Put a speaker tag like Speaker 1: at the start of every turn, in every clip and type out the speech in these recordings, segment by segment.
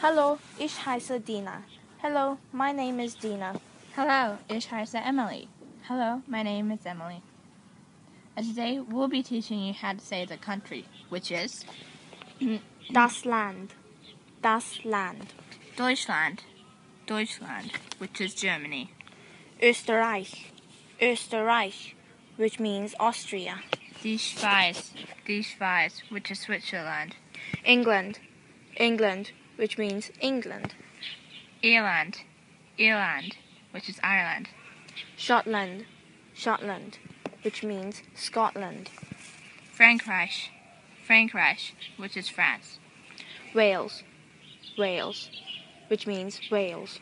Speaker 1: Hello, ich heiße Dina. Hello, my name is Dina.
Speaker 2: Hello, ich heiße Emily. Hello, my name is Emily. And today we'll be teaching you how to say the country, which is
Speaker 1: Das Land. Das Land.
Speaker 2: Deutschland, Deutschland, which is Germany,
Speaker 1: Österreich. Österreich, which means Austria.
Speaker 2: die Schweiz, die Schweiz, which is Switzerland,
Speaker 1: England. England, which means England.
Speaker 2: Irland, Irland, which is Ireland,
Speaker 1: Scotland. Scotland, which means Scotland.
Speaker 2: Frankreich, Frankreich, which is France,
Speaker 1: Wales. Wales, which means Wales.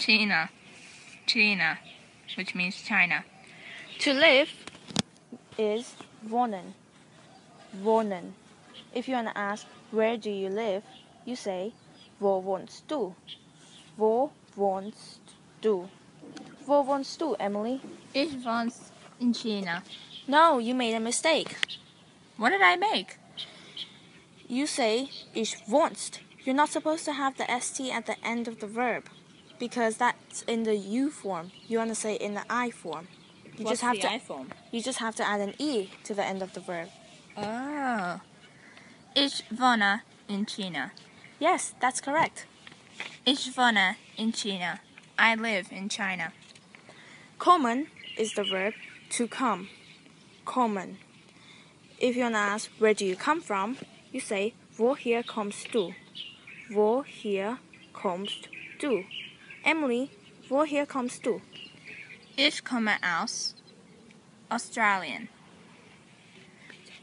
Speaker 2: China, China, which means China,
Speaker 1: To live is wohnen. Wohnen. If you want to ask where do you live, you say wo wohnst du? Wo wohnst du? Wo wohnst du, Emily?
Speaker 2: Ich wohne in China.
Speaker 1: No, you made a mistake.
Speaker 2: What did I make?
Speaker 1: You say ich wohnst. You're not supposed to have the st at the end of the verb because that's in the u form. You want to say in the i form. You just have to
Speaker 2: iPhone?
Speaker 1: you just have to add an e to the end of the verb.
Speaker 2: Oh. Ich wohne in China.
Speaker 1: Yes, that's correct.
Speaker 2: Ich wohne in China. I live in China.
Speaker 1: Kommen is the verb to come. Kommen. If you want to ask where do you come from, you say woher kommst du? Woher kommst du? Emily, woher kommst du?
Speaker 2: Ich komme aus Australien.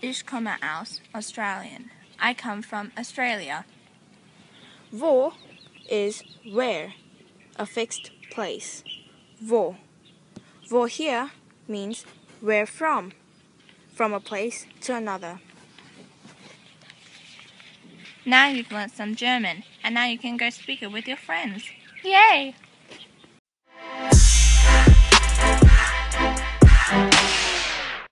Speaker 2: Ich komme aus Australien. I come from Australia.
Speaker 1: Wo is where, a fixed place. Wo. Woher means where from, from a place to another.
Speaker 2: Now you've learned some German, and now you can go speak it with your friends. Yay!